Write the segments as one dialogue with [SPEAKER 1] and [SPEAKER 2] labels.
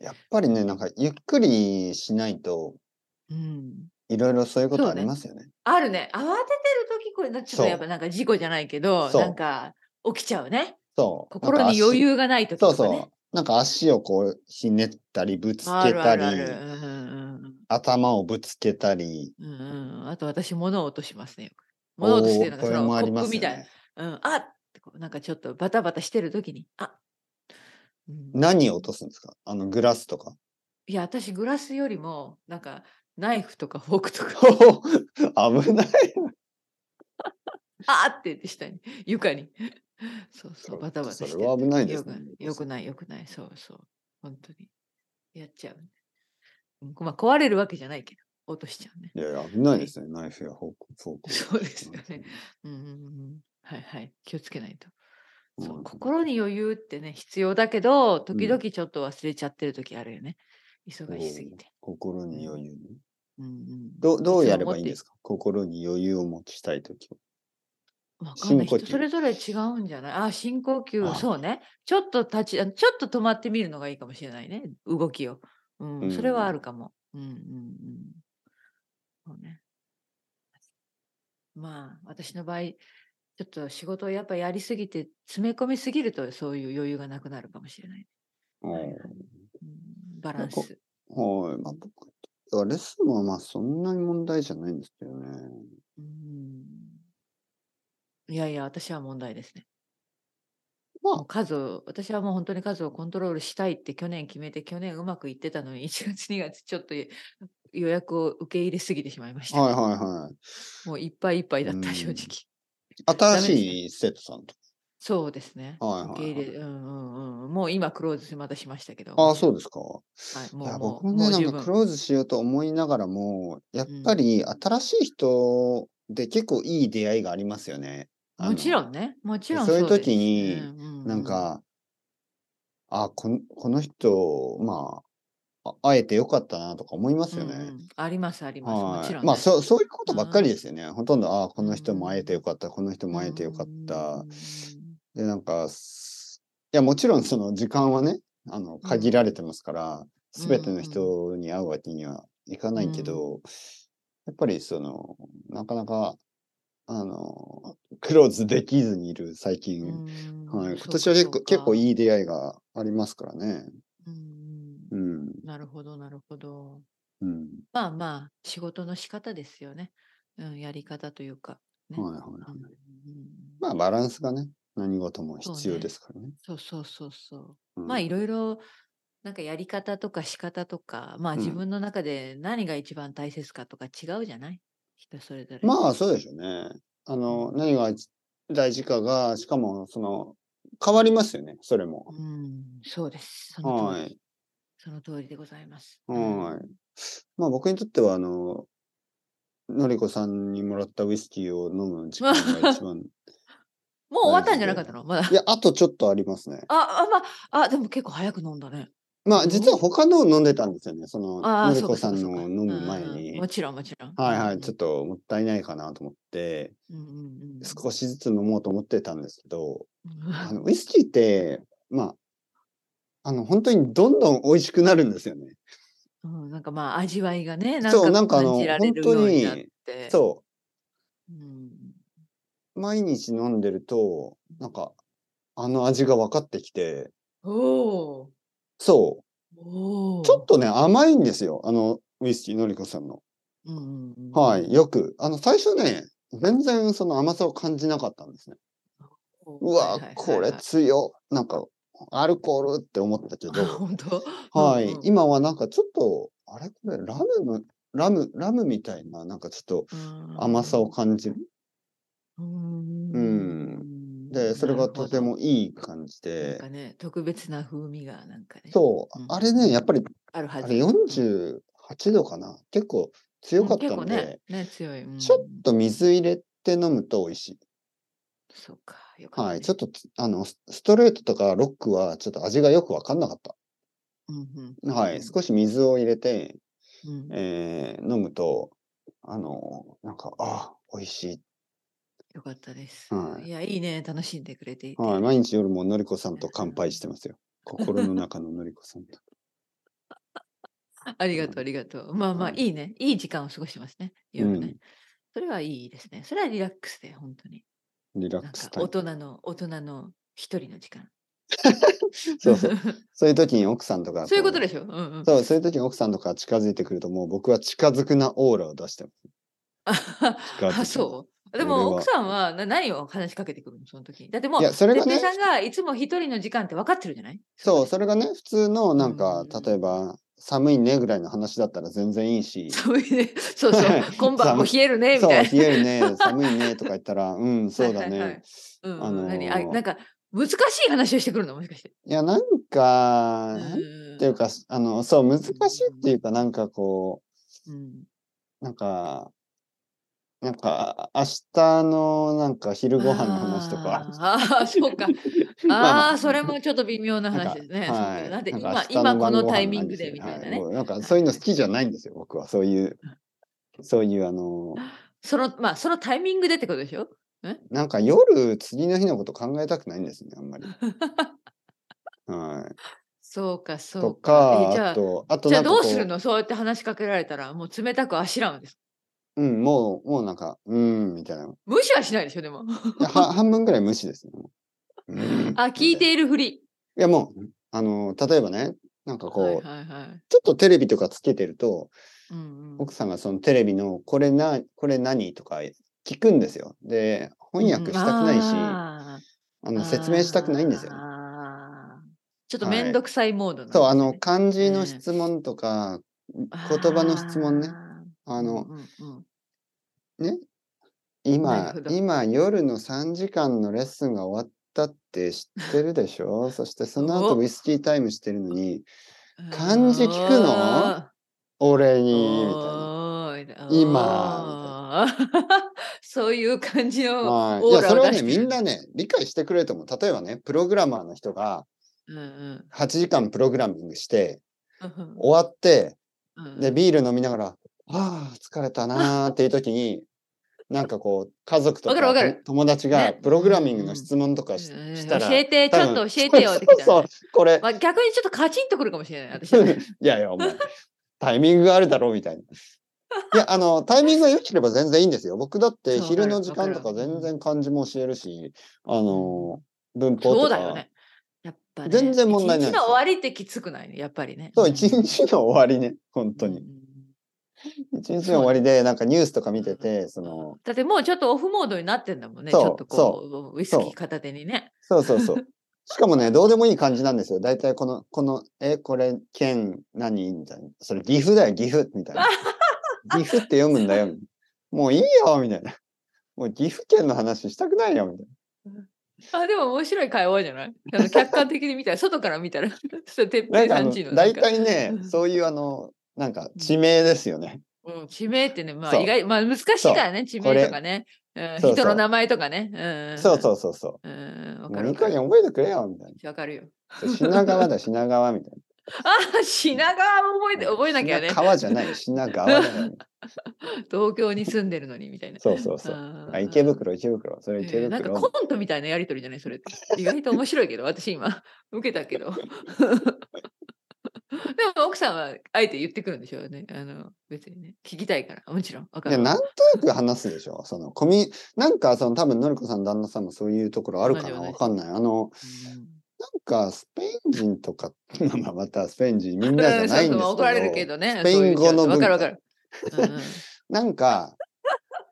[SPEAKER 1] やっぱりね、なんかゆっくりしないと、
[SPEAKER 2] うん。
[SPEAKER 1] いろいろそういうこ
[SPEAKER 2] そ
[SPEAKER 1] と
[SPEAKER 2] う
[SPEAKER 1] あり
[SPEAKER 2] ね。
[SPEAKER 1] ますよね。
[SPEAKER 2] あるね。慌ててる時これなちょっとやっ
[SPEAKER 1] そ
[SPEAKER 2] ぱ
[SPEAKER 1] う。
[SPEAKER 2] なんか事故じゃないけど、なん
[SPEAKER 1] そう。
[SPEAKER 2] か起きちゃうね。
[SPEAKER 1] そう。なん
[SPEAKER 2] 心
[SPEAKER 1] か
[SPEAKER 2] に余
[SPEAKER 1] 足、
[SPEAKER 2] 裕がない時
[SPEAKER 1] そう
[SPEAKER 2] とかね。
[SPEAKER 1] そう。なんか足をこうひねったり、ぶつ
[SPEAKER 2] あ
[SPEAKER 1] け
[SPEAKER 2] るあ
[SPEAKER 1] た
[SPEAKER 2] るある。うん
[SPEAKER 1] り、
[SPEAKER 2] うん
[SPEAKER 1] 頭をぶつけたり、
[SPEAKER 2] うんうん。うんうん。あと私物を落としますね。よく物を落とし
[SPEAKER 1] お
[SPEAKER 2] て
[SPEAKER 1] お、
[SPEAKER 2] なんか
[SPEAKER 1] こ
[SPEAKER 2] そ
[SPEAKER 1] れ
[SPEAKER 2] の
[SPEAKER 1] もあ
[SPEAKER 2] コ
[SPEAKER 1] り
[SPEAKER 2] ッ
[SPEAKER 1] ま
[SPEAKER 2] プ
[SPEAKER 1] す
[SPEAKER 2] み
[SPEAKER 1] よ
[SPEAKER 2] たい
[SPEAKER 1] ね。
[SPEAKER 2] な。うん。あっってこうなんかちょっとバタバタしてる時に。あうん。
[SPEAKER 1] 何を落とすんですかあの、グラス とか。
[SPEAKER 2] いや、私グラスよりもなんかナイフとかフォークとか。
[SPEAKER 1] おお危ない。
[SPEAKER 2] あーって言って下に、床に。 そう
[SPEAKER 1] ち
[SPEAKER 2] そう、
[SPEAKER 1] ょっ
[SPEAKER 2] バタ
[SPEAKER 1] と
[SPEAKER 2] バタ
[SPEAKER 1] それ
[SPEAKER 2] して
[SPEAKER 1] は
[SPEAKER 2] る
[SPEAKER 1] 危ない
[SPEAKER 2] 時。
[SPEAKER 1] で
[SPEAKER 2] よ
[SPEAKER 1] す
[SPEAKER 2] く
[SPEAKER 1] ね、
[SPEAKER 2] ない、
[SPEAKER 1] ゆ
[SPEAKER 2] よ
[SPEAKER 1] うこさ
[SPEAKER 2] く
[SPEAKER 1] ん。
[SPEAKER 2] ない、よくない。そうそう。本当に。やっちゃう。うんまあ、壊れるわけじゃないけど、落としちゃうね。
[SPEAKER 1] いやいや、危ない
[SPEAKER 2] は
[SPEAKER 1] で
[SPEAKER 2] い。
[SPEAKER 1] すね。ナイフやフォーク、フォークを落
[SPEAKER 2] そう
[SPEAKER 1] と
[SPEAKER 2] で
[SPEAKER 1] し
[SPEAKER 2] す
[SPEAKER 1] ま
[SPEAKER 2] よ
[SPEAKER 1] す
[SPEAKER 2] ね。
[SPEAKER 1] ね。
[SPEAKER 2] うんうんうん。はいはい。気をつけないと。
[SPEAKER 1] う
[SPEAKER 2] そう、
[SPEAKER 1] ん
[SPEAKER 2] 心に余裕ってね、必要だけど、
[SPEAKER 1] う
[SPEAKER 2] 時々
[SPEAKER 1] ん。
[SPEAKER 2] ちょっと忘れちゃってる時あるよね。忙し
[SPEAKER 1] お
[SPEAKER 2] すぎ
[SPEAKER 1] ー
[SPEAKER 2] て。
[SPEAKER 1] 心
[SPEAKER 2] う
[SPEAKER 1] に
[SPEAKER 2] ん。
[SPEAKER 1] 余裕ね。
[SPEAKER 2] うんうん。
[SPEAKER 1] どう、
[SPEAKER 2] い
[SPEAKER 1] どう
[SPEAKER 2] つ
[SPEAKER 1] や
[SPEAKER 2] も
[SPEAKER 1] れ
[SPEAKER 2] 持
[SPEAKER 1] ば
[SPEAKER 2] っ
[SPEAKER 1] いいんで
[SPEAKER 2] て、
[SPEAKER 1] すか心に余裕を持ちたいときは。
[SPEAKER 2] わかんな
[SPEAKER 1] 深
[SPEAKER 2] い。
[SPEAKER 1] 呼
[SPEAKER 2] 人そ
[SPEAKER 1] 吸。
[SPEAKER 2] れぞれ違うんじゃないあ、深呼吸。
[SPEAKER 1] あ
[SPEAKER 2] そうね。ちょっと立ち、あちょっと止まってみるのがいいかもしれないね。動きを。う、
[SPEAKER 1] うん
[SPEAKER 2] それはあ
[SPEAKER 1] ん。
[SPEAKER 2] るかも。うんうんうん。そうね。まあ、私の場合、ちょっと仕事をやっぱやりすぎて、詰め込みすぎると、そういう余裕がなくなるかもしれない。はい
[SPEAKER 1] お
[SPEAKER 2] はい。
[SPEAKER 1] ー
[SPEAKER 2] うん、バラ
[SPEAKER 1] なん
[SPEAKER 2] ン
[SPEAKER 1] か、
[SPEAKER 2] ス。
[SPEAKER 1] はい。まあ、僕はレッスンはまあそんなに問題じゃないんですけどね。
[SPEAKER 2] うん、いやいや、私は問題ですね。
[SPEAKER 1] ま
[SPEAKER 2] もう
[SPEAKER 1] あ、
[SPEAKER 2] 数を、私はもう本当に数をコントロールしたいって去年決めて、去年うまくいってたのに、1月2月ちょっと予約を受け入れすぎてしまいました。
[SPEAKER 1] はいはいはい。
[SPEAKER 2] もういっぱいいっぱいうだった、正
[SPEAKER 1] ん。
[SPEAKER 2] 直。
[SPEAKER 1] 新
[SPEAKER 2] ダメですね。
[SPEAKER 1] しい生徒さんと
[SPEAKER 2] そうですね。
[SPEAKER 1] か。はい
[SPEAKER 2] 受け
[SPEAKER 1] はい
[SPEAKER 2] 入れ、
[SPEAKER 1] はい。
[SPEAKER 2] うんうんうん。もう今クローズまたしましたけど、
[SPEAKER 1] あ
[SPEAKER 2] も
[SPEAKER 1] あ、
[SPEAKER 2] ち
[SPEAKER 1] そう
[SPEAKER 2] ろ
[SPEAKER 1] です
[SPEAKER 2] ん。
[SPEAKER 1] か。
[SPEAKER 2] はい、
[SPEAKER 1] い
[SPEAKER 2] もう
[SPEAKER 1] や、
[SPEAKER 2] も
[SPEAKER 1] 僕
[SPEAKER 2] う、
[SPEAKER 1] も
[SPEAKER 2] も
[SPEAKER 1] ね、
[SPEAKER 2] う
[SPEAKER 1] なん
[SPEAKER 2] 十
[SPEAKER 1] か
[SPEAKER 2] 分。
[SPEAKER 1] クローズしようと思いながらも、やっ
[SPEAKER 2] う
[SPEAKER 1] ぱ
[SPEAKER 2] ん。
[SPEAKER 1] り新しい人で結構いい出会いがありますよね。あ
[SPEAKER 2] もち
[SPEAKER 1] の、
[SPEAKER 2] ろんね。もち
[SPEAKER 1] で
[SPEAKER 2] ろん
[SPEAKER 1] そういう
[SPEAKER 2] そうで
[SPEAKER 1] 時
[SPEAKER 2] す。うんう
[SPEAKER 1] に、なん
[SPEAKER 2] んうん。
[SPEAKER 1] か、あ、この、この人、まあ、あ会えてよかったなとか思いま
[SPEAKER 2] う
[SPEAKER 1] すよ
[SPEAKER 2] んう
[SPEAKER 1] ね。
[SPEAKER 2] ん。あります、あります。も
[SPEAKER 1] は
[SPEAKER 2] ちろ
[SPEAKER 1] い。
[SPEAKER 2] ん
[SPEAKER 1] まあ、
[SPEAKER 2] ね。
[SPEAKER 1] そう、そういうこ
[SPEAKER 2] う
[SPEAKER 1] とばっかり
[SPEAKER 2] ん。
[SPEAKER 1] ですよね。ほとんど、ああ、こ
[SPEAKER 2] う
[SPEAKER 1] の人も会えてよ
[SPEAKER 2] ん。
[SPEAKER 1] かった、この人
[SPEAKER 2] う
[SPEAKER 1] も会えてよかった。
[SPEAKER 2] ん。
[SPEAKER 1] で、なんか、すいや、もちろんその時間はね、あの、
[SPEAKER 2] う
[SPEAKER 1] 限
[SPEAKER 2] ん。
[SPEAKER 1] られてますから、
[SPEAKER 2] う
[SPEAKER 1] すべての
[SPEAKER 2] ん。
[SPEAKER 1] 人に会うわけにはいか
[SPEAKER 2] う
[SPEAKER 1] ないけ
[SPEAKER 2] ん。
[SPEAKER 1] ど、やっぱりその、なかなか、あの、クローズできずにいる最
[SPEAKER 2] うー
[SPEAKER 1] 近。はい。
[SPEAKER 2] ん、
[SPEAKER 1] 今
[SPEAKER 2] そう
[SPEAKER 1] 年
[SPEAKER 2] かそう
[SPEAKER 1] は結構、結構
[SPEAKER 2] か。
[SPEAKER 1] いい出会いがありますからね。
[SPEAKER 2] うーん、
[SPEAKER 1] うん。
[SPEAKER 2] なるほど、なるほど。
[SPEAKER 1] うん。
[SPEAKER 2] まあまあ、仕事の仕方ですよね。うん、やり方というか、ね。
[SPEAKER 1] はいはいは
[SPEAKER 2] うん、
[SPEAKER 1] い。まあ、バランスがね、何事も
[SPEAKER 2] そう
[SPEAKER 1] 必要で
[SPEAKER 2] ね。
[SPEAKER 1] すからね。
[SPEAKER 2] そうそうそうそう。
[SPEAKER 1] う
[SPEAKER 2] まあ、い
[SPEAKER 1] ん。
[SPEAKER 2] ろいろ、なんかやり方とか仕方とか、まあ
[SPEAKER 1] う
[SPEAKER 2] 自
[SPEAKER 1] ん。
[SPEAKER 2] 分の中で何が一番大切かとか違うじゃない人それぞれ。
[SPEAKER 1] まあ、そうでしょうね。あ
[SPEAKER 2] う
[SPEAKER 1] の、
[SPEAKER 2] ん。
[SPEAKER 1] 何が大事かが、しかも、その、変わりますよね、それも。
[SPEAKER 2] うん、そうです。その通
[SPEAKER 1] は
[SPEAKER 2] り。
[SPEAKER 1] い。
[SPEAKER 2] その通りでございます。うん。
[SPEAKER 1] はい。まあ、僕にとっては、あの、のりこさんにもらったウイスキーを飲む時間が一 番
[SPEAKER 2] もう終わ
[SPEAKER 1] 大
[SPEAKER 2] った
[SPEAKER 1] 事
[SPEAKER 2] んじゃ
[SPEAKER 1] で。
[SPEAKER 2] なかったのまだ。
[SPEAKER 1] いや、あとちょっとありますね。
[SPEAKER 2] あ、あ、まあ、あ、でも結構早く飲んだね。
[SPEAKER 1] まあ、
[SPEAKER 2] ど
[SPEAKER 1] 実は
[SPEAKER 2] う
[SPEAKER 1] 他のを飲んでたんですよね。その、
[SPEAKER 2] あ
[SPEAKER 1] の
[SPEAKER 2] あ、
[SPEAKER 1] り
[SPEAKER 2] そう
[SPEAKER 1] こ
[SPEAKER 2] かそうか
[SPEAKER 1] さん
[SPEAKER 2] そう
[SPEAKER 1] の
[SPEAKER 2] か。
[SPEAKER 1] 飲
[SPEAKER 2] うん
[SPEAKER 1] む前
[SPEAKER 2] うんうん。も
[SPEAKER 1] に、
[SPEAKER 2] ちろんもちろん。う
[SPEAKER 1] はい
[SPEAKER 2] ん
[SPEAKER 1] はい、
[SPEAKER 2] う
[SPEAKER 1] ちょっ
[SPEAKER 2] ん。
[SPEAKER 1] ともったいないかなと思って、
[SPEAKER 2] うんうんうん。
[SPEAKER 1] 少しずつ飲もうと思ってたんですけど、
[SPEAKER 2] う
[SPEAKER 1] あ
[SPEAKER 2] わ
[SPEAKER 1] の、ウイスキーって、まあ、あの、本当にどんどん美味しくなるんですよね。
[SPEAKER 2] うん、なんかまあ味わいがね、なん
[SPEAKER 1] そう、
[SPEAKER 2] か
[SPEAKER 1] なんかあ
[SPEAKER 2] 感じ
[SPEAKER 1] の、
[SPEAKER 2] られ
[SPEAKER 1] 本
[SPEAKER 2] る
[SPEAKER 1] 当
[SPEAKER 2] ようになっ
[SPEAKER 1] に、
[SPEAKER 2] て。
[SPEAKER 1] そ
[SPEAKER 2] うん。
[SPEAKER 1] う、毎日飲んでると、なんか、あの味が分かってきて、
[SPEAKER 2] お
[SPEAKER 1] そう、
[SPEAKER 2] お。
[SPEAKER 1] ちょっ
[SPEAKER 2] おお。
[SPEAKER 1] とね、甘いんですよ。あの、ウイスキーのりこさんの。
[SPEAKER 2] うんうんうんう
[SPEAKER 1] はい、
[SPEAKER 2] ん。
[SPEAKER 1] よく。あの、最初ね、全然その甘さを感じなかったんですね。
[SPEAKER 2] おお
[SPEAKER 1] う
[SPEAKER 2] はい
[SPEAKER 1] わ、
[SPEAKER 2] はいは
[SPEAKER 1] こ
[SPEAKER 2] い
[SPEAKER 1] れ
[SPEAKER 2] はい。
[SPEAKER 1] 強。なんか、アルコールって思ったけ
[SPEAKER 2] あ、
[SPEAKER 1] ど、
[SPEAKER 2] 本当うん
[SPEAKER 1] はい、
[SPEAKER 2] うん。
[SPEAKER 1] 今はなんかちょっと、あれこれ、ラムの、ラム、ラムみたいな、なんかちょっと
[SPEAKER 2] う
[SPEAKER 1] 甘さを
[SPEAKER 2] ん。
[SPEAKER 1] 感じる。
[SPEAKER 2] う
[SPEAKER 1] うん。で、
[SPEAKER 2] ん。
[SPEAKER 1] それ
[SPEAKER 2] な
[SPEAKER 1] が
[SPEAKER 2] る
[SPEAKER 1] と
[SPEAKER 2] ほ
[SPEAKER 1] て
[SPEAKER 2] ど。
[SPEAKER 1] もいい感じ
[SPEAKER 2] なん
[SPEAKER 1] で、
[SPEAKER 2] かね、特別な風味がなんかね。
[SPEAKER 1] そう、
[SPEAKER 2] うんう
[SPEAKER 1] あれね、やっ
[SPEAKER 2] ん。
[SPEAKER 1] ぱり、
[SPEAKER 2] あるは
[SPEAKER 1] あれ
[SPEAKER 2] ず。うん。
[SPEAKER 1] 48度かな。結構強
[SPEAKER 2] うん、
[SPEAKER 1] かっ
[SPEAKER 2] 結
[SPEAKER 1] た
[SPEAKER 2] 構
[SPEAKER 1] の
[SPEAKER 2] ね、
[SPEAKER 1] で、
[SPEAKER 2] ね、強い。う
[SPEAKER 1] ちょっ
[SPEAKER 2] ん。
[SPEAKER 1] と水入れて飲むと美味しい。
[SPEAKER 2] そうか、よかっ
[SPEAKER 1] は
[SPEAKER 2] た
[SPEAKER 1] い。ちょっ
[SPEAKER 2] ね。
[SPEAKER 1] とつ、あの、スストレートとかロックはちょっと味がよくわかんなかった。
[SPEAKER 2] うんうんう
[SPEAKER 1] はい。
[SPEAKER 2] ん
[SPEAKER 1] 少し水を入れて、
[SPEAKER 2] うん。
[SPEAKER 1] えー飲むと、あの、なんか、あ、美味しい。
[SPEAKER 2] よかったです。
[SPEAKER 1] はいい。
[SPEAKER 2] や、いいね、楽しんでくれてい
[SPEAKER 1] はい。
[SPEAKER 2] て。
[SPEAKER 1] 毎日夜ものりこさんと
[SPEAKER 2] う
[SPEAKER 1] 乾杯して
[SPEAKER 2] ん
[SPEAKER 1] ますよ。心の中ののりこさんと。
[SPEAKER 2] ありがとう、ありがとう。まあまあ、
[SPEAKER 1] うん
[SPEAKER 2] いいね。いい時間を過ごしてますね。夜ね。それはいいですね。それはリラックスで、本当に。
[SPEAKER 1] リラ
[SPEAKER 2] な
[SPEAKER 1] ッ
[SPEAKER 2] ん
[SPEAKER 1] クス
[SPEAKER 2] か
[SPEAKER 1] タイ
[SPEAKER 2] 大
[SPEAKER 1] ム。
[SPEAKER 2] 人の、大人の一人の時間。
[SPEAKER 1] そう そう。そういう時に奥さんとか。
[SPEAKER 2] そういうことで
[SPEAKER 1] し
[SPEAKER 2] しょうんうん。
[SPEAKER 1] そう、そういう時に奥さんとか近づいてくると、もう僕は近づくなオーラを出してま
[SPEAKER 2] あ
[SPEAKER 1] す。近づくな
[SPEAKER 2] あそう。で
[SPEAKER 1] 俺
[SPEAKER 2] も
[SPEAKER 1] は
[SPEAKER 2] 奥さんはな何を話しかけてくるのその時。だってもう、
[SPEAKER 1] いや、それが
[SPEAKER 2] 哲平
[SPEAKER 1] ね、
[SPEAKER 2] さんがいつも一人の時間って分かってるじゃない
[SPEAKER 1] そう、それがね、普通のなんか、
[SPEAKER 2] うん
[SPEAKER 1] 例えば、寒いねぐらいの話だったら全然いいし、
[SPEAKER 2] そういうね、そう そう
[SPEAKER 1] はい、
[SPEAKER 2] 今晩も冷 えるね、み
[SPEAKER 1] そう、
[SPEAKER 2] たい
[SPEAKER 1] 冷
[SPEAKER 2] な。
[SPEAKER 1] えるね、寒いねとか言っ たら、うん、そうだ
[SPEAKER 2] はいはいはい
[SPEAKER 1] ね。
[SPEAKER 2] うん
[SPEAKER 1] あのー
[SPEAKER 2] 何あなんか難しい話をしてくるのもしかして。
[SPEAKER 1] いや、なんか、
[SPEAKER 2] う
[SPEAKER 1] なん
[SPEAKER 2] ん
[SPEAKER 1] ていうか、あの、そう、難しいっていうか、なんかこ
[SPEAKER 2] うん
[SPEAKER 1] う、なんか、なんか、明日のなんか昼ご飯の話とか。
[SPEAKER 2] あーあー、そうか。あ、
[SPEAKER 1] まあまあ
[SPEAKER 2] あー、それもちょっと微妙な話ですね。そう
[SPEAKER 1] はい、
[SPEAKER 2] だって
[SPEAKER 1] なん
[SPEAKER 2] 今
[SPEAKER 1] か、明日
[SPEAKER 2] 今こ
[SPEAKER 1] 晩
[SPEAKER 2] の
[SPEAKER 1] ご飯
[SPEAKER 2] タイミング
[SPEAKER 1] 話
[SPEAKER 2] でみたいな
[SPEAKER 1] は
[SPEAKER 2] ね
[SPEAKER 1] も。うなんか、そういうの好きじゃないんですよ、僕は。そういう、そういう、あの、
[SPEAKER 2] その、まあ、そのタイミングでってことでしょ
[SPEAKER 1] なんか夜、次の日のこと考えたくないんですね、あんまり。はい。
[SPEAKER 2] そうか、 そ
[SPEAKER 1] と
[SPEAKER 2] うか。え
[SPEAKER 1] か、
[SPEAKER 2] じゃ
[SPEAKER 1] あ
[SPEAKER 2] あ、
[SPEAKER 1] と、あと
[SPEAKER 2] じゃ
[SPEAKER 1] な
[SPEAKER 2] あ
[SPEAKER 1] んか
[SPEAKER 2] ど
[SPEAKER 1] こ
[SPEAKER 2] うするのそうやって話しかけられたら、もう冷たくあしらうんですか。
[SPEAKER 1] うん、もう、もうなんか、うん、みたいな。
[SPEAKER 2] 無視はしないでしょ、でも。
[SPEAKER 1] い やは半分ぐらい無視ですね。もううん
[SPEAKER 2] あ、聞い
[SPEAKER 1] みたな
[SPEAKER 2] ているふり。
[SPEAKER 1] いや、もう、あの、例えばね、なんかこう、
[SPEAKER 2] はいはいはい。
[SPEAKER 1] ちょっとテレビとかつけてると、
[SPEAKER 2] うんうん
[SPEAKER 1] 奥さんがそのテレビの、これな、これ何とか聞くんですよ。で、翻訳したくな
[SPEAKER 2] う
[SPEAKER 1] いし、
[SPEAKER 2] ん
[SPEAKER 1] あ
[SPEAKER 2] あー
[SPEAKER 1] の、説明したくないんですよ。
[SPEAKER 2] あーちょっと
[SPEAKER 1] はい
[SPEAKER 2] めんどくさいモードなんです
[SPEAKER 1] そう、
[SPEAKER 2] ね
[SPEAKER 1] あの、漢字の質問とか、言葉の質問ね。
[SPEAKER 2] あー。
[SPEAKER 1] あの、
[SPEAKER 2] うんうんうんなる
[SPEAKER 1] 今
[SPEAKER 2] ほ、ど
[SPEAKER 1] 今夜の3時間のレッスンが終わったって知ってるで しょそしてその後
[SPEAKER 2] お
[SPEAKER 1] ウイスキータイムしてるのに、漢字聞くの俺に、みたいな。
[SPEAKER 2] おーいな
[SPEAKER 1] 今
[SPEAKER 2] おー そういう感じの
[SPEAKER 1] はい、い
[SPEAKER 2] オー
[SPEAKER 1] や
[SPEAKER 2] ラ
[SPEAKER 1] そ
[SPEAKER 2] を
[SPEAKER 1] れは
[SPEAKER 2] 出
[SPEAKER 1] ね
[SPEAKER 2] して
[SPEAKER 1] み
[SPEAKER 2] る
[SPEAKER 1] んなね理解してくれると思う例えばねプログラマーの人が
[SPEAKER 2] うんうん
[SPEAKER 1] 8時間プログラミングして
[SPEAKER 2] うん
[SPEAKER 1] 終わって
[SPEAKER 2] うん
[SPEAKER 1] でビール飲みながら「あー疲れたな」っていう時になんかこう家族と
[SPEAKER 2] わかるわか
[SPEAKER 1] か
[SPEAKER 2] る
[SPEAKER 1] 友達が
[SPEAKER 2] ね
[SPEAKER 1] プログラミング
[SPEAKER 2] う
[SPEAKER 1] の
[SPEAKER 2] ん
[SPEAKER 1] 質問とかし,、
[SPEAKER 2] うんうん
[SPEAKER 1] したら
[SPEAKER 2] 教えて、ち
[SPEAKER 1] 多
[SPEAKER 2] ょっ
[SPEAKER 1] 分
[SPEAKER 2] と教えてよってきたらね
[SPEAKER 1] そうそうそうこれ
[SPEAKER 2] まあ、逆にちょっとカチンとくるかもしれない。私
[SPEAKER 1] いやいやお前タイミングがあるだろうみたいな。いやあのタイミングが良ければ全然いいんですよ。僕だって
[SPEAKER 2] そう
[SPEAKER 1] 昼
[SPEAKER 2] わかる
[SPEAKER 1] の時間とか
[SPEAKER 2] わかる
[SPEAKER 1] 全然漢字も教えるし、あの文
[SPEAKER 2] そ
[SPEAKER 1] 法
[SPEAKER 2] う
[SPEAKER 1] と
[SPEAKER 2] だよ
[SPEAKER 1] か
[SPEAKER 2] ね。やっぱね、
[SPEAKER 1] 全然問題ないです
[SPEAKER 2] 一日の終わりってきつくないね、やっぱりね。
[SPEAKER 1] そう、
[SPEAKER 2] ん
[SPEAKER 1] 一日の終わりね、本当
[SPEAKER 2] うん
[SPEAKER 1] に。一日の終わりで、なんかニュースとか見てて、その、
[SPEAKER 2] だってもうちょっとオフモードになってんだもんね。ち
[SPEAKER 1] そう
[SPEAKER 2] ょっとこう、ウイスキー片手にね。
[SPEAKER 1] そうそ うそう。しかもね、どうでもいい感じなんですよ。大体この、この、え、これ、県、何みたいな。それ、岐阜だよ、岐阜み たいな。岐阜って読むんだよ。もういいよみたいな。もう岐阜県の話したくないよみたい
[SPEAKER 2] あ、でも面白い会話じゃないあの客観的に見たら、外から見たら、 そう、てっ
[SPEAKER 1] な。
[SPEAKER 2] ぺ
[SPEAKER 1] な
[SPEAKER 2] い
[SPEAKER 1] んかあ
[SPEAKER 2] さん
[SPEAKER 1] の
[SPEAKER 2] ちの、なん
[SPEAKER 1] 大
[SPEAKER 2] か、
[SPEAKER 1] 体ね
[SPEAKER 2] う、ん
[SPEAKER 1] そういうあの、なんか地名ですよね。
[SPEAKER 2] うん、地名ってね、まあ
[SPEAKER 1] そう
[SPEAKER 2] 意外、まあ難しいからね、地
[SPEAKER 1] こ
[SPEAKER 2] 名
[SPEAKER 1] れ
[SPEAKER 2] とかね。うん
[SPEAKER 1] そうそう
[SPEAKER 2] 人の名前とかね。うん、
[SPEAKER 1] そうそうそうそ
[SPEAKER 2] うん。うん、わ
[SPEAKER 1] う。
[SPEAKER 2] か
[SPEAKER 1] も
[SPEAKER 2] る
[SPEAKER 1] う
[SPEAKER 2] わ
[SPEAKER 1] いい
[SPEAKER 2] か
[SPEAKER 1] 加
[SPEAKER 2] る
[SPEAKER 1] 減。覚えてくれよみたい
[SPEAKER 2] わかるよ。
[SPEAKER 1] な。品川だ、品川みたいな。
[SPEAKER 2] あ、品川も覚えて、 覚えなきゃね
[SPEAKER 1] 品。川じゃない、品川だよ。
[SPEAKER 2] 東京に住んでるのにみたいな。
[SPEAKER 1] そう そうそう。
[SPEAKER 2] あ
[SPEAKER 1] あ
[SPEAKER 2] ー
[SPEAKER 1] 池袋、池袋、それ池袋。
[SPEAKER 2] えーなんかコントみたいなやりとりじゃないそれって。 意外と面白いけど、私今、受けたけど。 でも奥さんはあえて言ってくるんでしょうね。あの別にね。聞きたいから。もちろん。わか
[SPEAKER 1] いや
[SPEAKER 2] るわ。
[SPEAKER 1] なんとなく話すでしょ。そのコミなんかその多分のりこさん旦那さんもそういうところあるか
[SPEAKER 2] 同じ
[SPEAKER 1] な
[SPEAKER 2] 同じ
[SPEAKER 1] わかんない。あのなんかスペイン人とか まあまあまたスペイン人みんなじゃないんですけ
[SPEAKER 2] うんそうそう
[SPEAKER 1] ど
[SPEAKER 2] 怒られるけどね。
[SPEAKER 1] スペイン語の
[SPEAKER 2] わ
[SPEAKER 1] 文
[SPEAKER 2] か
[SPEAKER 1] 化
[SPEAKER 2] るわかる。うん うん
[SPEAKER 1] なんか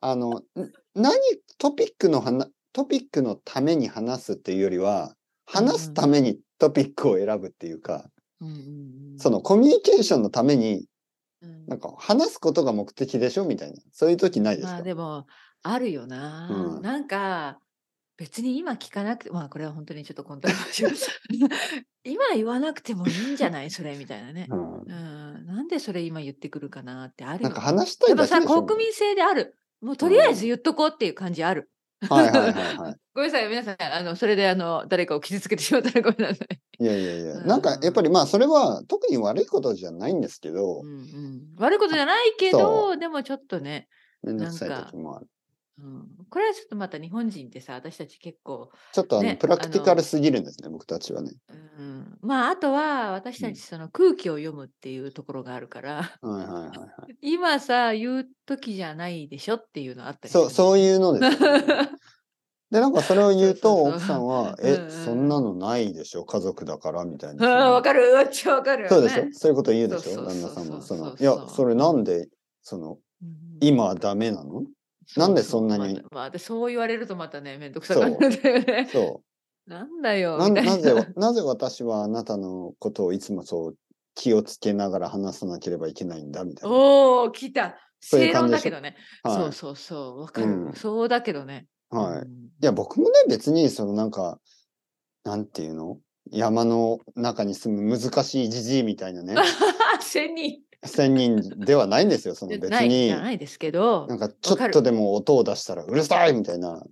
[SPEAKER 1] あのん何トピックの話トピックのために話すっていうよりは話すためにトピックを選ぶっていうか、
[SPEAKER 2] うんうんうん
[SPEAKER 1] そのコミュニケーションのために
[SPEAKER 2] うん
[SPEAKER 1] なんか話すことが目的でしょみたいなそういう時ないです
[SPEAKER 2] ま
[SPEAKER 1] か
[SPEAKER 2] あ、でもあるよな、
[SPEAKER 1] うん
[SPEAKER 2] なんか別に今聞かなくてまあこれは本当にちょっとコントロール 今言わなくてもいいんじゃないそれみたいなね、
[SPEAKER 1] うん
[SPEAKER 2] うん、なんでそれ今言ってくるかなってあるよ
[SPEAKER 1] なんか話した
[SPEAKER 2] で
[SPEAKER 1] いだ
[SPEAKER 2] も
[SPEAKER 1] けで
[SPEAKER 2] さ
[SPEAKER 1] しょ
[SPEAKER 2] 国民性であるもうとりあえず言っとこうっていう感じある、
[SPEAKER 1] はいはいはいはい。
[SPEAKER 2] ごめんなさい皆さんあのそれであの誰かを傷つけてしまったらごめんなさい、
[SPEAKER 1] いやいやいや、
[SPEAKER 2] うん
[SPEAKER 1] なんかやっぱりまあそれは特に悪いことじゃないんですけど
[SPEAKER 2] うん、うん、悪いことじゃないけ
[SPEAKER 1] そ
[SPEAKER 2] どでもちょっとね
[SPEAKER 1] めんどくさい
[SPEAKER 2] なんか
[SPEAKER 1] 時もある。
[SPEAKER 2] うん、これはちょっとまた日本人ってさ私たちたち結構
[SPEAKER 1] ちょっとあの、
[SPEAKER 2] ね
[SPEAKER 1] プラクティカルすぎるんですね、僕たちはね。
[SPEAKER 2] うんまあ、あとは私たちその空気を読むっていうところがあるから、
[SPEAKER 1] はいはいはいはい。
[SPEAKER 2] 今さ、言う時じゃないでしょっていうのあったり
[SPEAKER 1] そう、そういうのですよね、 で、なんかそれを言うと、
[SPEAKER 2] そうそうそう
[SPEAKER 1] 奥さんは、
[SPEAKER 2] うんう
[SPEAKER 1] え
[SPEAKER 2] ん、
[SPEAKER 1] そんなのないでしょ、家族だから、みたい
[SPEAKER 2] うん。
[SPEAKER 1] な。
[SPEAKER 2] わかる、うっちゃわかるよね。
[SPEAKER 1] そうでしょそういうこと言うでし
[SPEAKER 2] そ
[SPEAKER 1] ょ
[SPEAKER 2] うそうそ
[SPEAKER 1] 旦那
[SPEAKER 2] う
[SPEAKER 1] さんも。そ
[SPEAKER 2] そう
[SPEAKER 1] の
[SPEAKER 2] そう
[SPEAKER 1] いや、それなんで、その、
[SPEAKER 2] うん
[SPEAKER 1] 今はダメなのなんでそんなに
[SPEAKER 2] そうそうまたまあでそう言われるとまたね、めんどくさくなるんだよね。
[SPEAKER 1] そ
[SPEAKER 2] なんだよ
[SPEAKER 1] う。な
[SPEAKER 2] みたい
[SPEAKER 1] なぜ、なぜ私はあなたのことをいつもそう気をつけながら話さなければいけないんだ、みたい な。
[SPEAKER 2] おお、来た。
[SPEAKER 1] そうい
[SPEAKER 2] 正
[SPEAKER 1] う感
[SPEAKER 2] 論
[SPEAKER 1] じで
[SPEAKER 2] だけ
[SPEAKER 1] しょ
[SPEAKER 2] どね。そ
[SPEAKER 1] は
[SPEAKER 2] うそうそう、わかる、
[SPEAKER 1] うん
[SPEAKER 2] そうだけどね。
[SPEAKER 1] い。はい。
[SPEAKER 2] うん
[SPEAKER 1] いや、僕もね、別に、そのなんか、なんていうの山の中に住む難しいじじいみたい なね、
[SPEAKER 2] あ、千人。
[SPEAKER 1] 仙人ではないんですよ、その別
[SPEAKER 2] ない
[SPEAKER 1] に
[SPEAKER 2] じゃ。ないですけど
[SPEAKER 1] な。んか、ちょっとでも音を出したらうるさいみたいな、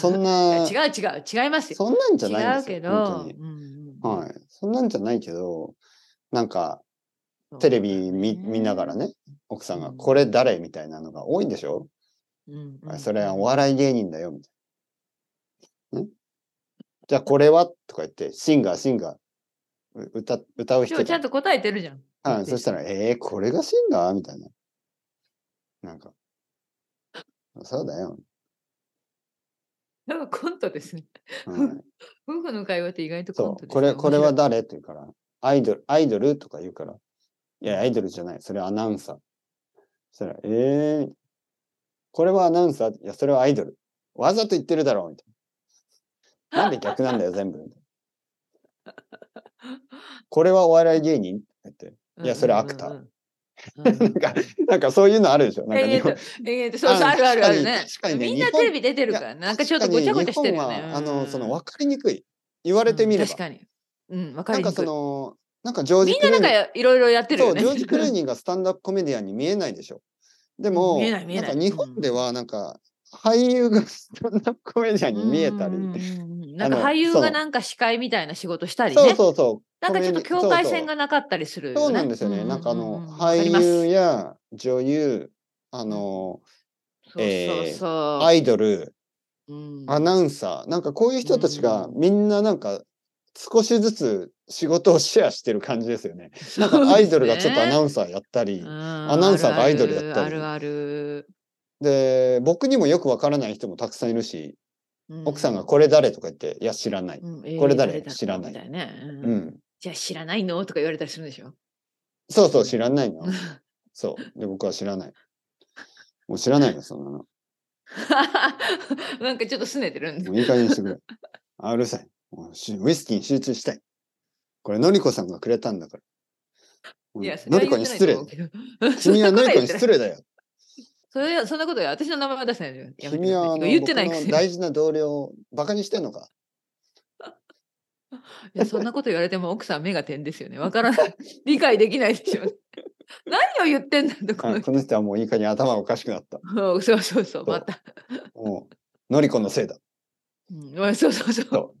[SPEAKER 1] そん
[SPEAKER 2] い
[SPEAKER 1] な、
[SPEAKER 2] や違う違う、違いますよ。
[SPEAKER 1] そんなんじゃな
[SPEAKER 2] 違
[SPEAKER 1] いんで
[SPEAKER 2] う
[SPEAKER 1] すよ。
[SPEAKER 2] けど
[SPEAKER 1] 本当に。
[SPEAKER 2] うんうん
[SPEAKER 1] はい。そんなんじゃないけど、なんか、テレビ見,、見ながら。ね、奥さんが、
[SPEAKER 2] うん
[SPEAKER 1] これ誰みたいなのが多いんでしょ、
[SPEAKER 2] そううんうん
[SPEAKER 1] あそれはお笑い芸人だよ、みたいな。んじゃあこれはとか言って、シンガー、シンガー、う歌歌う
[SPEAKER 2] で
[SPEAKER 1] 人
[SPEAKER 2] もちゃん
[SPEAKER 1] が。
[SPEAKER 2] と答えてるじゃん。
[SPEAKER 1] はい、そしたら、えー、これがシンガーみたいな。なんか、そうだよ。
[SPEAKER 2] なんかコントですね。
[SPEAKER 1] はい、
[SPEAKER 2] 夫婦の会話って意外とコン
[SPEAKER 1] そ
[SPEAKER 2] ト
[SPEAKER 1] う、
[SPEAKER 2] です
[SPEAKER 1] こ
[SPEAKER 2] ね
[SPEAKER 1] れ、これは誰って言うから、アイドル、アイドルとか言うから、いや、アイドルじゃない、それアナウンサー。そしたら、ええー、これはアナウンサーいや、それはアイドル。わざと言ってるだろうみたいな。なんで逆なんだ よ、全部。みたいなこれはお笑い芸人って言って。
[SPEAKER 2] 面白
[SPEAKER 1] いやそれアクター。
[SPEAKER 2] うんうんうんうんうん
[SPEAKER 1] なんか、なんかそういうのあるでしょ。なんか
[SPEAKER 2] え
[SPEAKER 1] 日
[SPEAKER 2] っと
[SPEAKER 1] 本、、
[SPEAKER 2] えっと、そうそう、あるあるあるね。
[SPEAKER 1] 確かに確かにね
[SPEAKER 2] みんな
[SPEAKER 1] 日本
[SPEAKER 2] テレビ出てるから、なんかちょっとごちゃごちゃしてるよね
[SPEAKER 1] 確かに。日本はあの、その、
[SPEAKER 2] うん
[SPEAKER 1] 分かりにくい。言われてみれば。
[SPEAKER 2] うん確かに。うん、わか
[SPEAKER 1] な
[SPEAKER 2] りに
[SPEAKER 1] んか
[SPEAKER 2] く
[SPEAKER 1] そ
[SPEAKER 2] い。
[SPEAKER 1] の、なんかジョージ・
[SPEAKER 2] みん
[SPEAKER 1] ク
[SPEAKER 2] な
[SPEAKER 1] ルー
[SPEAKER 2] なん
[SPEAKER 1] ニー
[SPEAKER 2] かいろいろやってる
[SPEAKER 1] そ
[SPEAKER 2] よ
[SPEAKER 1] う、
[SPEAKER 2] ね。
[SPEAKER 1] ジョージ・クルーニーがスタンダップコメディアンに見えないでしょ。でも、
[SPEAKER 2] 見えない見えない
[SPEAKER 1] んか日本ではなんか、俳優がスタンダップコメディアンに見えたり、
[SPEAKER 2] うんうんうんうんなん
[SPEAKER 1] あ
[SPEAKER 2] か
[SPEAKER 1] の
[SPEAKER 2] 俳優
[SPEAKER 1] そ
[SPEAKER 2] が
[SPEAKER 1] う
[SPEAKER 2] なんか司会みたいな仕事したりね。
[SPEAKER 1] そうそうそう。
[SPEAKER 2] なんかちょっと
[SPEAKER 1] コメディ
[SPEAKER 2] 境界線がなかったりするよ、ね
[SPEAKER 1] そうそうそうなんですよね。なんかあの、俳
[SPEAKER 2] 優
[SPEAKER 1] 優や女優、あの、え
[SPEAKER 2] そうそう
[SPEAKER 1] ー
[SPEAKER 2] そう。
[SPEAKER 1] アイドル、
[SPEAKER 2] うん
[SPEAKER 1] アナウンサー、なんかこういう人たちが
[SPEAKER 2] うん
[SPEAKER 1] みんななんか少しずつ仕事をシェアしてる感じです よね。な
[SPEAKER 2] そうで
[SPEAKER 1] ん
[SPEAKER 2] す
[SPEAKER 1] か
[SPEAKER 2] ね
[SPEAKER 1] アイドルがちょっとアナウンサーやったり、
[SPEAKER 2] ア
[SPEAKER 1] ナウンサーがアイドルやったり
[SPEAKER 2] あるある。
[SPEAKER 1] で、僕にもよくわからない人もたくさんいるし、奥さんがこれ誰とか言って、いや知らない。
[SPEAKER 2] うん、
[SPEAKER 1] これ誰
[SPEAKER 2] だろう
[SPEAKER 1] 知らない
[SPEAKER 2] みたいね。うん
[SPEAKER 1] うん。
[SPEAKER 2] じゃあ知らないのとか言われたりするんでしょ
[SPEAKER 1] そうそう、知らないの
[SPEAKER 2] うん。
[SPEAKER 1] そう。で、僕は知らない。もう知らないよ、そんなの。も
[SPEAKER 2] なんかちょっと拗ねてるんで
[SPEAKER 1] う。いい加減にしてくれ。あ、うるさい。もうしウイスキーに集中したい。これ、のりこさんがくれたんだから。もう
[SPEAKER 2] いや、それ
[SPEAKER 1] の
[SPEAKER 2] は
[SPEAKER 1] りこ
[SPEAKER 2] 言っ
[SPEAKER 1] に
[SPEAKER 2] てないと
[SPEAKER 1] 失礼
[SPEAKER 2] 思う。けど。そん
[SPEAKER 1] 君は
[SPEAKER 2] なこ
[SPEAKER 1] の
[SPEAKER 2] とは
[SPEAKER 1] り
[SPEAKER 2] 言っ
[SPEAKER 1] こに
[SPEAKER 2] てない
[SPEAKER 1] 失礼だよ。
[SPEAKER 2] それはそんなことは私の名前は出せないのよ。やめて
[SPEAKER 1] 君はあの
[SPEAKER 2] ください言ってないく
[SPEAKER 1] 僕
[SPEAKER 2] せ
[SPEAKER 1] の
[SPEAKER 2] に。い
[SPEAKER 1] 大事な同僚をバカにしてん のか。
[SPEAKER 2] やそんなこと言われても奥さん目が点ですよね。わからない。 理解できないでしょ。 何を言ってんだと
[SPEAKER 1] あ
[SPEAKER 2] か。
[SPEAKER 1] この人はもういい加減頭おかしくなった。
[SPEAKER 2] うん そうそうそう、また。
[SPEAKER 1] もう、のりこのせいだ。
[SPEAKER 2] うん、そうそうそう。
[SPEAKER 1] そう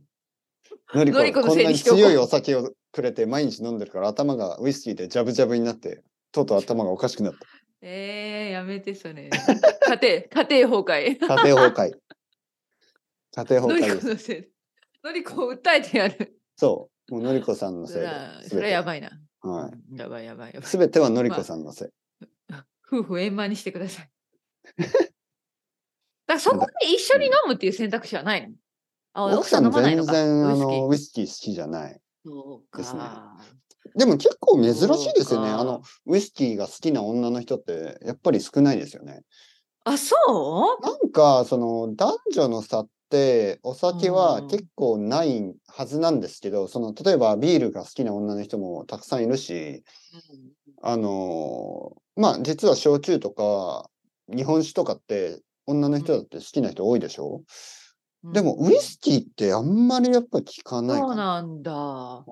[SPEAKER 1] のりこ
[SPEAKER 2] のりこの
[SPEAKER 1] こん
[SPEAKER 2] せい
[SPEAKER 1] な
[SPEAKER 2] に
[SPEAKER 1] に
[SPEAKER 2] しておこう
[SPEAKER 1] 強いお酒をくれて毎日飲んでるから頭がウイスキーでジャブジャブになってとうとう頭がおかしくなっ
[SPEAKER 2] えー、やめてそれ。 家庭、家庭崩壊。
[SPEAKER 1] た家庭崩壊家庭
[SPEAKER 2] のり
[SPEAKER 1] 崩壊で
[SPEAKER 2] こ
[SPEAKER 1] す
[SPEAKER 2] のせいで。のりこを訴えてやる。
[SPEAKER 1] そうもうのりこさんの
[SPEAKER 2] そ
[SPEAKER 1] せい
[SPEAKER 2] れ
[SPEAKER 1] で
[SPEAKER 2] は、
[SPEAKER 1] す
[SPEAKER 2] それはやばいな。
[SPEAKER 1] は
[SPEAKER 2] うんやばいやばいやば
[SPEAKER 1] い、
[SPEAKER 2] い。
[SPEAKER 1] 全てはのりこさんのせい、
[SPEAKER 2] 夫婦円満にしてくだ さい。だからそこで一緒に飲むっていう選択肢はないの。あ
[SPEAKER 1] 奥さん
[SPEAKER 2] 飲まない
[SPEAKER 1] 全
[SPEAKER 2] のか
[SPEAKER 1] 然あ
[SPEAKER 2] ウイスキー
[SPEAKER 1] のウイスキー好きじゃない
[SPEAKER 2] そう
[SPEAKER 1] ですね
[SPEAKER 2] か。
[SPEAKER 1] でも結構珍しいですよ
[SPEAKER 2] そう
[SPEAKER 1] ね
[SPEAKER 2] か
[SPEAKER 1] あのウイスキーが好きな女の人ってやっぱり少ないですよね
[SPEAKER 2] あ、そう
[SPEAKER 1] なんかその男女の差ってお酒は結構ないはずなんですけど、その例えばビールが好きな女の人もたくさんいるしあのーまあ実は焼酎とか日本酒とかって女の人だって好きな人多いでしょ、
[SPEAKER 2] うん
[SPEAKER 1] でもウイスキーってあんまりやっぱ聞かない
[SPEAKER 2] そう
[SPEAKER 1] かな。
[SPEAKER 2] なんだ。
[SPEAKER 1] は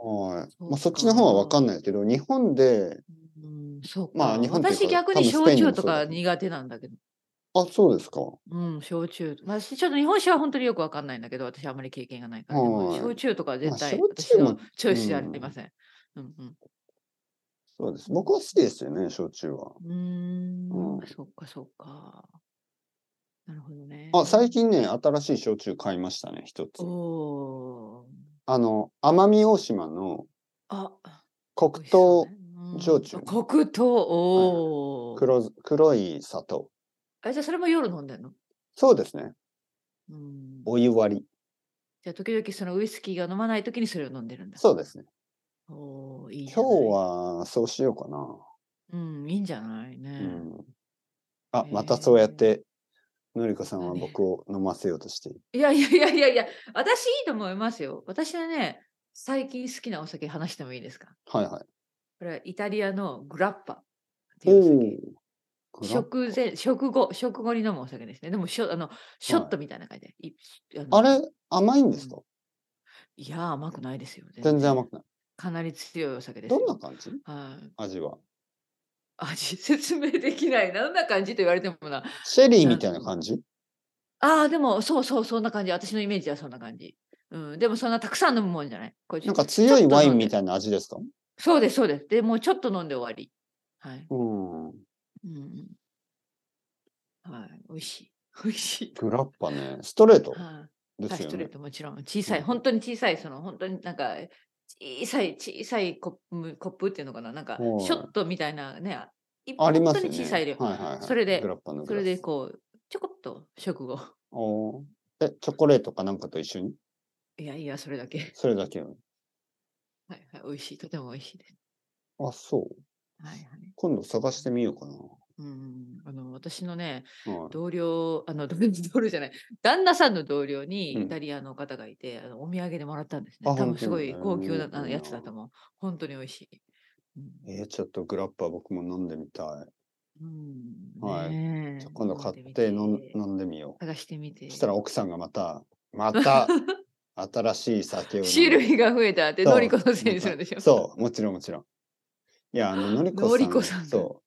[SPEAKER 1] い
[SPEAKER 2] そう
[SPEAKER 1] まあ、
[SPEAKER 2] か
[SPEAKER 1] そっちの方はわかんないけど日本で
[SPEAKER 2] うん、そうか。
[SPEAKER 1] まあ日本っていうか
[SPEAKER 2] 私逆
[SPEAKER 1] 多
[SPEAKER 2] に
[SPEAKER 1] 分スペ
[SPEAKER 2] 焼
[SPEAKER 1] インでも
[SPEAKER 2] 酎と
[SPEAKER 1] そうだ
[SPEAKER 2] か
[SPEAKER 1] と
[SPEAKER 2] 苦手なんだけど。
[SPEAKER 1] あそうですか
[SPEAKER 2] うん、焼酎。まあ、しちょっと日本酒は本当によくわかんないんだけど、私あんまり経験がないから。でも
[SPEAKER 1] はい
[SPEAKER 2] 焼酎とかは絶対、
[SPEAKER 1] まあ焼
[SPEAKER 2] 私
[SPEAKER 1] 酎も
[SPEAKER 2] のチョイスではありません。うん、うん。
[SPEAKER 1] そうです僕は好きですよね焼酎は。
[SPEAKER 2] うー
[SPEAKER 1] うん
[SPEAKER 2] ん、そっかそっか。なるほどね。
[SPEAKER 1] あ最近ね新しい焼酎買いましたね一つ。
[SPEAKER 2] おー
[SPEAKER 1] あの奄美大島の
[SPEAKER 2] あ、
[SPEAKER 1] 黒
[SPEAKER 2] 美味しそう
[SPEAKER 1] 糖、
[SPEAKER 2] ねうん
[SPEAKER 1] 焼酎
[SPEAKER 2] あ黒糖。おお。
[SPEAKER 1] 黒黒い砂糖。
[SPEAKER 2] あ、じゃあそれも夜飲んでんの
[SPEAKER 1] そうですね。
[SPEAKER 2] うん。
[SPEAKER 1] お湯割り。
[SPEAKER 2] じゃあ時々そのウイスキーが飲まない時にそれを飲んでるんだ。
[SPEAKER 1] そうですね。
[SPEAKER 2] おお、いいじゃ
[SPEAKER 1] 今
[SPEAKER 2] ない
[SPEAKER 1] 日。はそうしようかな。
[SPEAKER 2] うん、いいんじゃないね。
[SPEAKER 1] うん、あ、またそうやって、のりこさんは僕を飲ませようとしている。
[SPEAKER 2] いやいやいやいやいや、私いいと思いますよ。私はね、最近好きなお酒話してもいいですか
[SPEAKER 1] はいはい。
[SPEAKER 2] これはイタリアのグラッパっていうお酒。
[SPEAKER 1] おお。
[SPEAKER 2] 食前、食後、食後に飲むお酒ですね。でもショ、あの、ショットみたいな感じで。い
[SPEAKER 1] あ
[SPEAKER 2] あの
[SPEAKER 1] れ、甘いんですか
[SPEAKER 2] いや、甘くないですよ。
[SPEAKER 1] 全然甘くない。
[SPEAKER 2] かなり強いお酒ですよ。
[SPEAKER 1] どんな感じ
[SPEAKER 2] はい
[SPEAKER 1] 味は。
[SPEAKER 2] 味、説明できない。どんな感じと言われてもな。
[SPEAKER 1] シェリーみたいな感じ
[SPEAKER 2] ああ、でも、そうそう、そんな感じ。私のイメージはそんな感じ。うん、でもそんなたくさん飲むもんじゃない。これ
[SPEAKER 1] なんか強いワインみ
[SPEAKER 2] い。
[SPEAKER 1] たいな味ですか
[SPEAKER 2] そうです、そうです。で、もうちょっと飲んで終わり。はい。
[SPEAKER 1] うん。
[SPEAKER 2] うんうん、はい。美味しい。美味しい。
[SPEAKER 1] グラッパね。ストレート
[SPEAKER 2] はい。
[SPEAKER 1] で
[SPEAKER 2] はい、
[SPEAKER 1] す
[SPEAKER 2] ス
[SPEAKER 1] よ
[SPEAKER 2] トレー
[SPEAKER 1] ね。
[SPEAKER 2] トもちろん小さい、
[SPEAKER 1] うん
[SPEAKER 2] 本当に小さいその本当になんか小さい小さいコップコップっていうのかななんか
[SPEAKER 1] はい
[SPEAKER 2] ショットみたいなねあい
[SPEAKER 1] ありま
[SPEAKER 2] 本
[SPEAKER 1] す
[SPEAKER 2] 当
[SPEAKER 1] よ
[SPEAKER 2] に
[SPEAKER 1] ね。
[SPEAKER 2] 小さい量、
[SPEAKER 1] はいはいはい。
[SPEAKER 2] それで
[SPEAKER 1] グラッパのグ
[SPEAKER 2] そ
[SPEAKER 1] ラ
[SPEAKER 2] れ
[SPEAKER 1] ス
[SPEAKER 2] でこうちょこっと食後
[SPEAKER 1] おーえ、チョコレートかなんかと一緒に
[SPEAKER 2] いやいやそれだけ
[SPEAKER 1] それだけなの
[SPEAKER 2] はい、はい、美味しいとても美味しいです
[SPEAKER 1] あ、そう。
[SPEAKER 2] はいはい
[SPEAKER 1] 今度探してみようかな
[SPEAKER 2] うんあの私のね。
[SPEAKER 1] はい
[SPEAKER 2] 同僚あの 同僚同僚じゃない旦那さんの同僚
[SPEAKER 1] うん
[SPEAKER 2] にイタリアの方がいて、あのお土産でもらったんです
[SPEAKER 1] あ
[SPEAKER 2] ね多
[SPEAKER 1] 本
[SPEAKER 2] 分
[SPEAKER 1] 当
[SPEAKER 2] すごい
[SPEAKER 1] に
[SPEAKER 2] 高級な
[SPEAKER 1] うん
[SPEAKER 2] あのやつだと思う本当に美味しい、うん
[SPEAKER 1] えーちょっとグラッパー僕も飲んでみたい。
[SPEAKER 2] うん
[SPEAKER 1] はい
[SPEAKER 2] ねえ
[SPEAKER 1] じゃあ今度買
[SPEAKER 2] 飲ん
[SPEAKER 1] っ
[SPEAKER 2] で
[SPEAKER 1] て
[SPEAKER 2] み
[SPEAKER 1] 飲ん
[SPEAKER 2] て
[SPEAKER 1] 飲んでみよ
[SPEAKER 2] 探してみ
[SPEAKER 1] う。
[SPEAKER 2] て。
[SPEAKER 1] そしたら奥さんがまた、また 新しい酒を飲んで。
[SPEAKER 2] 種類が増えたって、
[SPEAKER 1] そう
[SPEAKER 2] のりこのせいにするんでしょ。
[SPEAKER 1] そう、もちろんもちろん。いや、あの、のりこさん。
[SPEAKER 2] のりこさんが
[SPEAKER 1] そ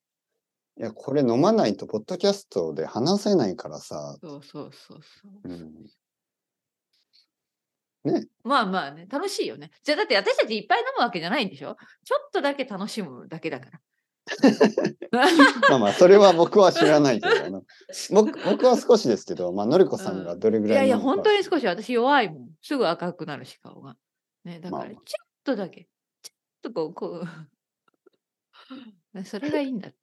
[SPEAKER 1] う。いや、これ飲まないと、ポッドキャストで話せないからさ。
[SPEAKER 2] そうそうそうそう
[SPEAKER 1] うん、
[SPEAKER 2] まあまあね、楽しいよね。じゃあだって私たちいっぱい飲むわけじゃないんでしょちょっとだけ楽しむだけだ から。
[SPEAKER 1] まあまあ、それは僕は知らないけど、あの僕僕は少しですけど、まあ、のりこさんがどれぐ
[SPEAKER 2] い
[SPEAKER 1] ら
[SPEAKER 2] や
[SPEAKER 1] い
[SPEAKER 2] いや、
[SPEAKER 1] なのか、
[SPEAKER 2] 本当に少し私弱いもん。すぐ赤くなるし、顔が。ね、だから、
[SPEAKER 1] まあ
[SPEAKER 2] ちょ
[SPEAKER 1] まあ
[SPEAKER 2] っとだけ。ちょっとこう、 こう。ねそれがいいんだって。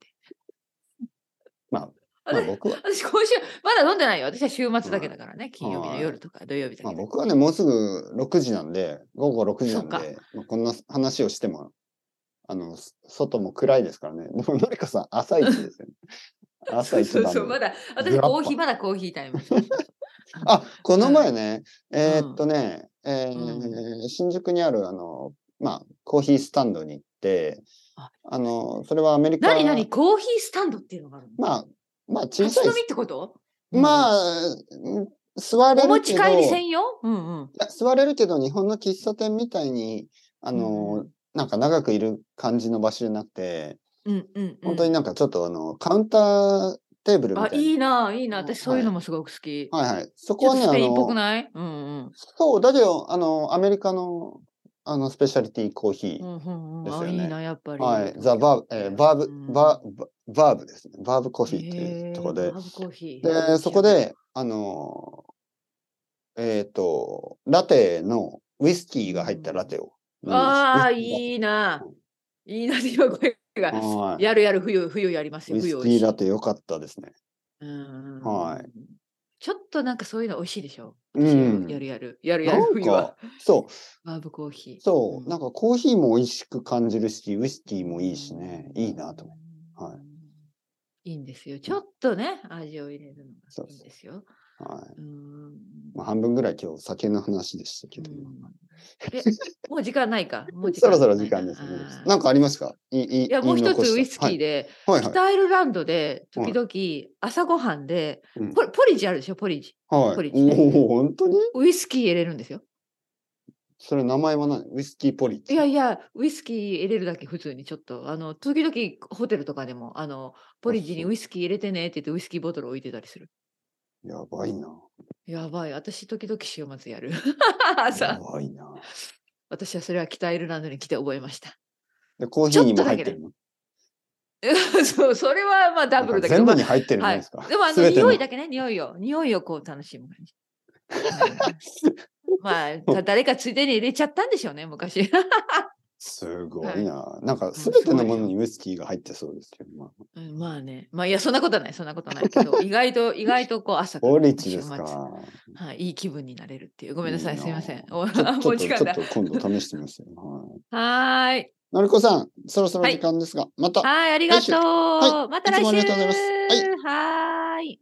[SPEAKER 1] まあ、まあ、僕は、
[SPEAKER 2] 私今週、まだ飲んでないよ。私は週末だけだからね。金曜日の夜とか土曜日だけ
[SPEAKER 1] まあ、
[SPEAKER 2] だから。
[SPEAKER 1] 僕はね、もうすぐ6時なんで、午後6時なん
[SPEAKER 2] そ
[SPEAKER 1] で、まあ、こんな話をしても、あの、そ外も暗いですからね。 でも、のりこさん、朝一ですよ ね。朝一
[SPEAKER 2] そ
[SPEAKER 1] 番
[SPEAKER 2] う
[SPEAKER 1] で
[SPEAKER 2] そう、まだ、
[SPEAKER 1] グ
[SPEAKER 2] 私
[SPEAKER 1] ラッパ
[SPEAKER 2] コーヒー、まだコーヒータイ ム。そうそうそう
[SPEAKER 1] あ、この前ね、
[SPEAKER 2] ん
[SPEAKER 1] えーっとね、えー
[SPEAKER 2] う
[SPEAKER 1] 新宿にある、あの、まあ、コーヒースタンドに行って、
[SPEAKER 2] あ
[SPEAKER 1] あの、それはアメリカ。
[SPEAKER 2] 何何コーヒースタンドっていうのがあるの
[SPEAKER 1] まあ、まあ、小
[SPEAKER 2] 立
[SPEAKER 1] さ
[SPEAKER 2] ち
[SPEAKER 1] い
[SPEAKER 2] 飲みってこと
[SPEAKER 1] ま
[SPEAKER 2] あ、
[SPEAKER 1] あ、うん座れ
[SPEAKER 2] お持
[SPEAKER 1] るけ
[SPEAKER 2] ち
[SPEAKER 1] ど、
[SPEAKER 2] 帰り
[SPEAKER 1] い
[SPEAKER 2] 専用うんうん。
[SPEAKER 1] や座れるけど、日本の喫茶店みたいに、あ
[SPEAKER 2] うんう
[SPEAKER 1] の
[SPEAKER 2] ん、
[SPEAKER 1] なんか長くいる感じの場所じゃなくて、
[SPEAKER 2] うんうんうん。
[SPEAKER 1] 本当になんかちょっとあの、カウンターテーブルみ
[SPEAKER 2] あ、
[SPEAKER 1] たい
[SPEAKER 2] いいな、いいな。
[SPEAKER 1] うん
[SPEAKER 2] 私そういうのもすごく好き。
[SPEAKER 1] な。はいはい。そ
[SPEAKER 2] ち
[SPEAKER 1] こ
[SPEAKER 2] ょっ
[SPEAKER 1] は
[SPEAKER 2] と
[SPEAKER 1] ね、
[SPEAKER 2] ス
[SPEAKER 1] あ
[SPEAKER 2] ペインっぽ
[SPEAKER 1] の
[SPEAKER 2] く、ないうん
[SPEAKER 1] そう、だけど、あの、アメリカの、あの、スペシャリティコーヒ
[SPEAKER 2] う
[SPEAKER 1] ー。
[SPEAKER 2] ん。うんうんう
[SPEAKER 1] です
[SPEAKER 2] ん。あ、
[SPEAKER 1] よね
[SPEAKER 2] いいな、やっぱり。
[SPEAKER 1] はい。ザ・バーブ、えーバー
[SPEAKER 2] う
[SPEAKER 1] ブ、
[SPEAKER 2] ん
[SPEAKER 1] バー、バーブですね。バーブコーヒーっていうとこ
[SPEAKER 2] へ
[SPEAKER 1] で
[SPEAKER 2] ー。バーブコーヒー
[SPEAKER 1] で、そこ、で、あのー、えっ、と、ラテの、ウイスキーが入ったラテを飲みます。
[SPEAKER 2] ああ、
[SPEAKER 1] ウイスキーラテ
[SPEAKER 2] いいな
[SPEAKER 1] う。
[SPEAKER 2] いいな、今声が。
[SPEAKER 1] はい
[SPEAKER 2] やるやる、冬、冬やります
[SPEAKER 1] ウ
[SPEAKER 2] よ。
[SPEAKER 1] イス
[SPEAKER 2] 冬
[SPEAKER 1] キ
[SPEAKER 2] 美味
[SPEAKER 1] ー
[SPEAKER 2] しい
[SPEAKER 1] ラテ良かったですね。
[SPEAKER 2] うん。
[SPEAKER 1] はい
[SPEAKER 2] ちょっとなんかそういうの美味しいでしょ。
[SPEAKER 1] う
[SPEAKER 2] 私
[SPEAKER 1] ん
[SPEAKER 2] やるやる。やるや
[SPEAKER 1] な
[SPEAKER 2] る。
[SPEAKER 1] ん
[SPEAKER 2] 冬は
[SPEAKER 1] か。、そう、
[SPEAKER 2] バーブコーヒー。
[SPEAKER 1] そう、
[SPEAKER 2] うん。
[SPEAKER 1] なんかコーヒーも美味しく感じるし、ウイスキーもいいしね、いいなと思って。はい
[SPEAKER 2] いいんですよ。ちょっとね、味を入れるの
[SPEAKER 1] そう
[SPEAKER 2] が
[SPEAKER 1] そ
[SPEAKER 2] いういんですよ。
[SPEAKER 1] は
[SPEAKER 2] う
[SPEAKER 1] い。
[SPEAKER 2] ん。
[SPEAKER 1] まあ、半分ぐらい今日酒の話でしたけど、
[SPEAKER 2] うんえもう時間ない か。もう
[SPEAKER 1] そろそろ時間です
[SPEAKER 2] ね
[SPEAKER 1] ね。なんかありますかいいい
[SPEAKER 2] いや、もう一つウイスキ
[SPEAKER 1] はい
[SPEAKER 2] ー、で、
[SPEAKER 1] はいはい
[SPEAKER 2] 北アイルランドで、
[SPEAKER 1] は
[SPEAKER 2] 時
[SPEAKER 1] い
[SPEAKER 2] 々、朝ごはんで、
[SPEAKER 1] うん
[SPEAKER 2] ポリポリジあるでしょ、ポリジ。
[SPEAKER 1] はい
[SPEAKER 2] ポリジね
[SPEAKER 1] おお、本当に
[SPEAKER 2] ウイスキー入れるんですよ。
[SPEAKER 1] それ名前は何ウイスキーポリッチ
[SPEAKER 2] いやいや、ウイスキー入れるだけ普通にちょっと、あの、時々ホテルとかでも、あの、ポリジに
[SPEAKER 1] そう
[SPEAKER 2] ウイスキー入れてねって言って、ウイスキーボトル置いてたりする。
[SPEAKER 1] やばいな。
[SPEAKER 2] やばい、私時々週末やる。
[SPEAKER 1] や
[SPEAKER 2] 朝、
[SPEAKER 1] ばいな。
[SPEAKER 2] 私はそれは北アイルランドに来て覚えました。
[SPEAKER 1] で、コーヒーにも入ってるの
[SPEAKER 2] そう、それはまあダブルだけど。
[SPEAKER 1] 全部
[SPEAKER 2] ま
[SPEAKER 1] に入ってる
[SPEAKER 2] あは
[SPEAKER 1] じゃない
[SPEAKER 2] い
[SPEAKER 1] ですか。、
[SPEAKER 2] でもあの
[SPEAKER 1] 全て
[SPEAKER 2] 匂いだけね、匂いを、匂いをこう楽しむ感じ。 はいまあ、だ誰かついでに入れちゃったんでしょうね、昔。
[SPEAKER 1] すごいな。なんか、すべてのものにウイスキーが入ってそうですけど、まあ、
[SPEAKER 2] うんまあね。まあいや、そんなことはない、そんなことはないけど、意外と、意外とこう朝から
[SPEAKER 1] オリッチ です
[SPEAKER 2] 週末
[SPEAKER 1] か。
[SPEAKER 2] はい、いい気分になれるっていう。ごめんなさい、
[SPEAKER 1] いいな
[SPEAKER 2] すいません。お も
[SPEAKER 1] ち
[SPEAKER 2] う
[SPEAKER 1] ょちょ
[SPEAKER 2] 時
[SPEAKER 1] っと、ちょ
[SPEAKER 2] 間
[SPEAKER 1] っ
[SPEAKER 2] だ。
[SPEAKER 1] と今度試してみますよ。はい。
[SPEAKER 2] はーい。
[SPEAKER 1] のりこさん、そろそろ時間ですが、また
[SPEAKER 2] はーい、ありがとう。
[SPEAKER 1] 来週はい
[SPEAKER 2] また
[SPEAKER 1] いつ
[SPEAKER 2] 来
[SPEAKER 1] もあ
[SPEAKER 2] 週。
[SPEAKER 1] りがとうございます
[SPEAKER 2] はーい。